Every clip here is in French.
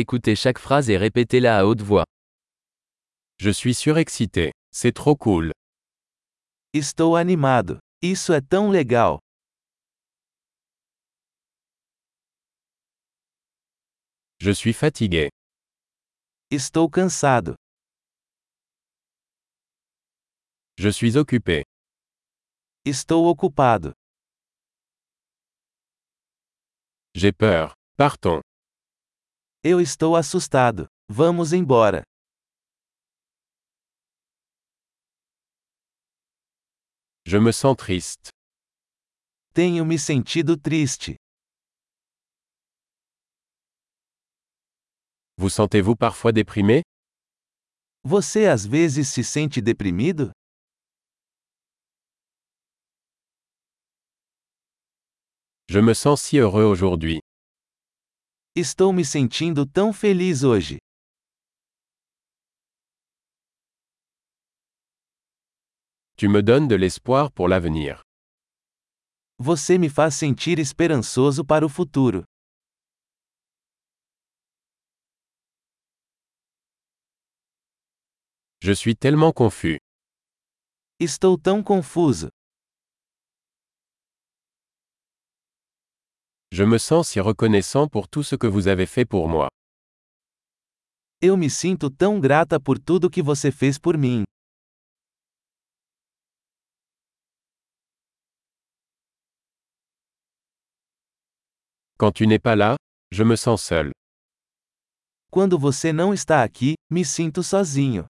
Écoutez chaque phrase et répétez-la à haute voix. Je suis surexcité. C'est trop cool. Estou animado. Isso é tão legal. Je suis fatigué. Estou cansado. Je suis occupé. Estou ocupado. J'ai peur. Partons. Eu estou assustado. Vamos embora. Je me sens triste. Tenho me sentido triste. Vous sentez-vous parfois déprimé Você às vezes se sente deprimido? Je me sens si heureux aujourd'hui. Estou me sentindo tão feliz hoje. Tu me donnes de l'espoir pour l'avenir. Você me faz sentir esperançoso para o futuro. Je suis tellement confus. Estou tão confuso. Je me sens si reconnaissant pour tout ce que vous avez fait pour moi. Eu me sinto tão grata por tudo que você fez por mim. Quand tu n'es pas là, je me sens seul. Quando você não está aqui, me sinto sozinho.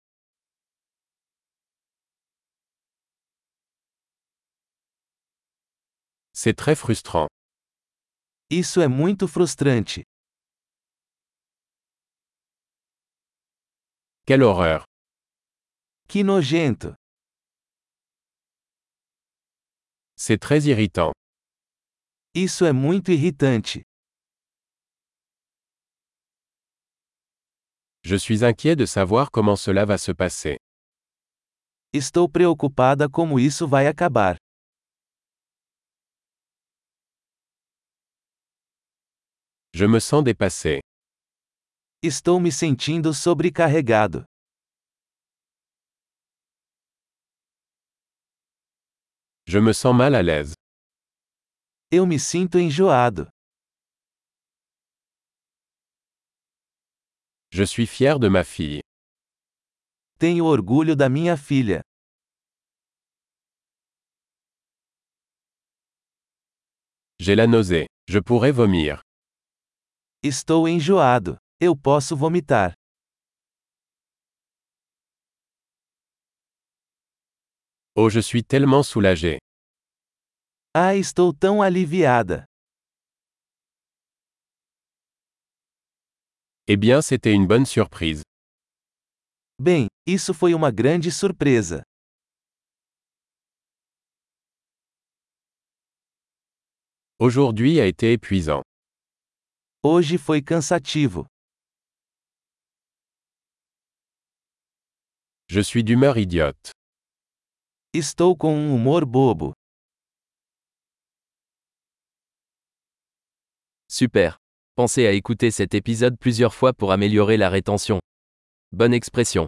C'est très frustrant. Isso é muito frustrante. Quelle horreur. Que nojento. C'est très irritant. Isso é muito irritante. Je suis inquiet de savoir comment cela va se passer. Estou preocupada como isso vai acabar. Je me sens dépassé. Estou me sentindo sobrecarregado. Je me sens mal à l'aise. Eu me sinto enjoado. Je suis fier de ma fille. Tenho orgulho da minha filha. J'ai la nausée. Je pourrais vomir. Estou enjoado. Eu posso vomitar. Oh, je suis tellement soulagé. Ah, estou tão aliviada. Eh bien, c'était une bonne surprise. Bem, isso foi uma grande surpresa. Aujourd'hui a été épuisant. Hoje foi cansativo. Je suis d'humeur idiote. Estou com um humor bobo. Super. Pensez à écouter cet épisode plusieurs fois pour améliorer la rétention. Bonne expression.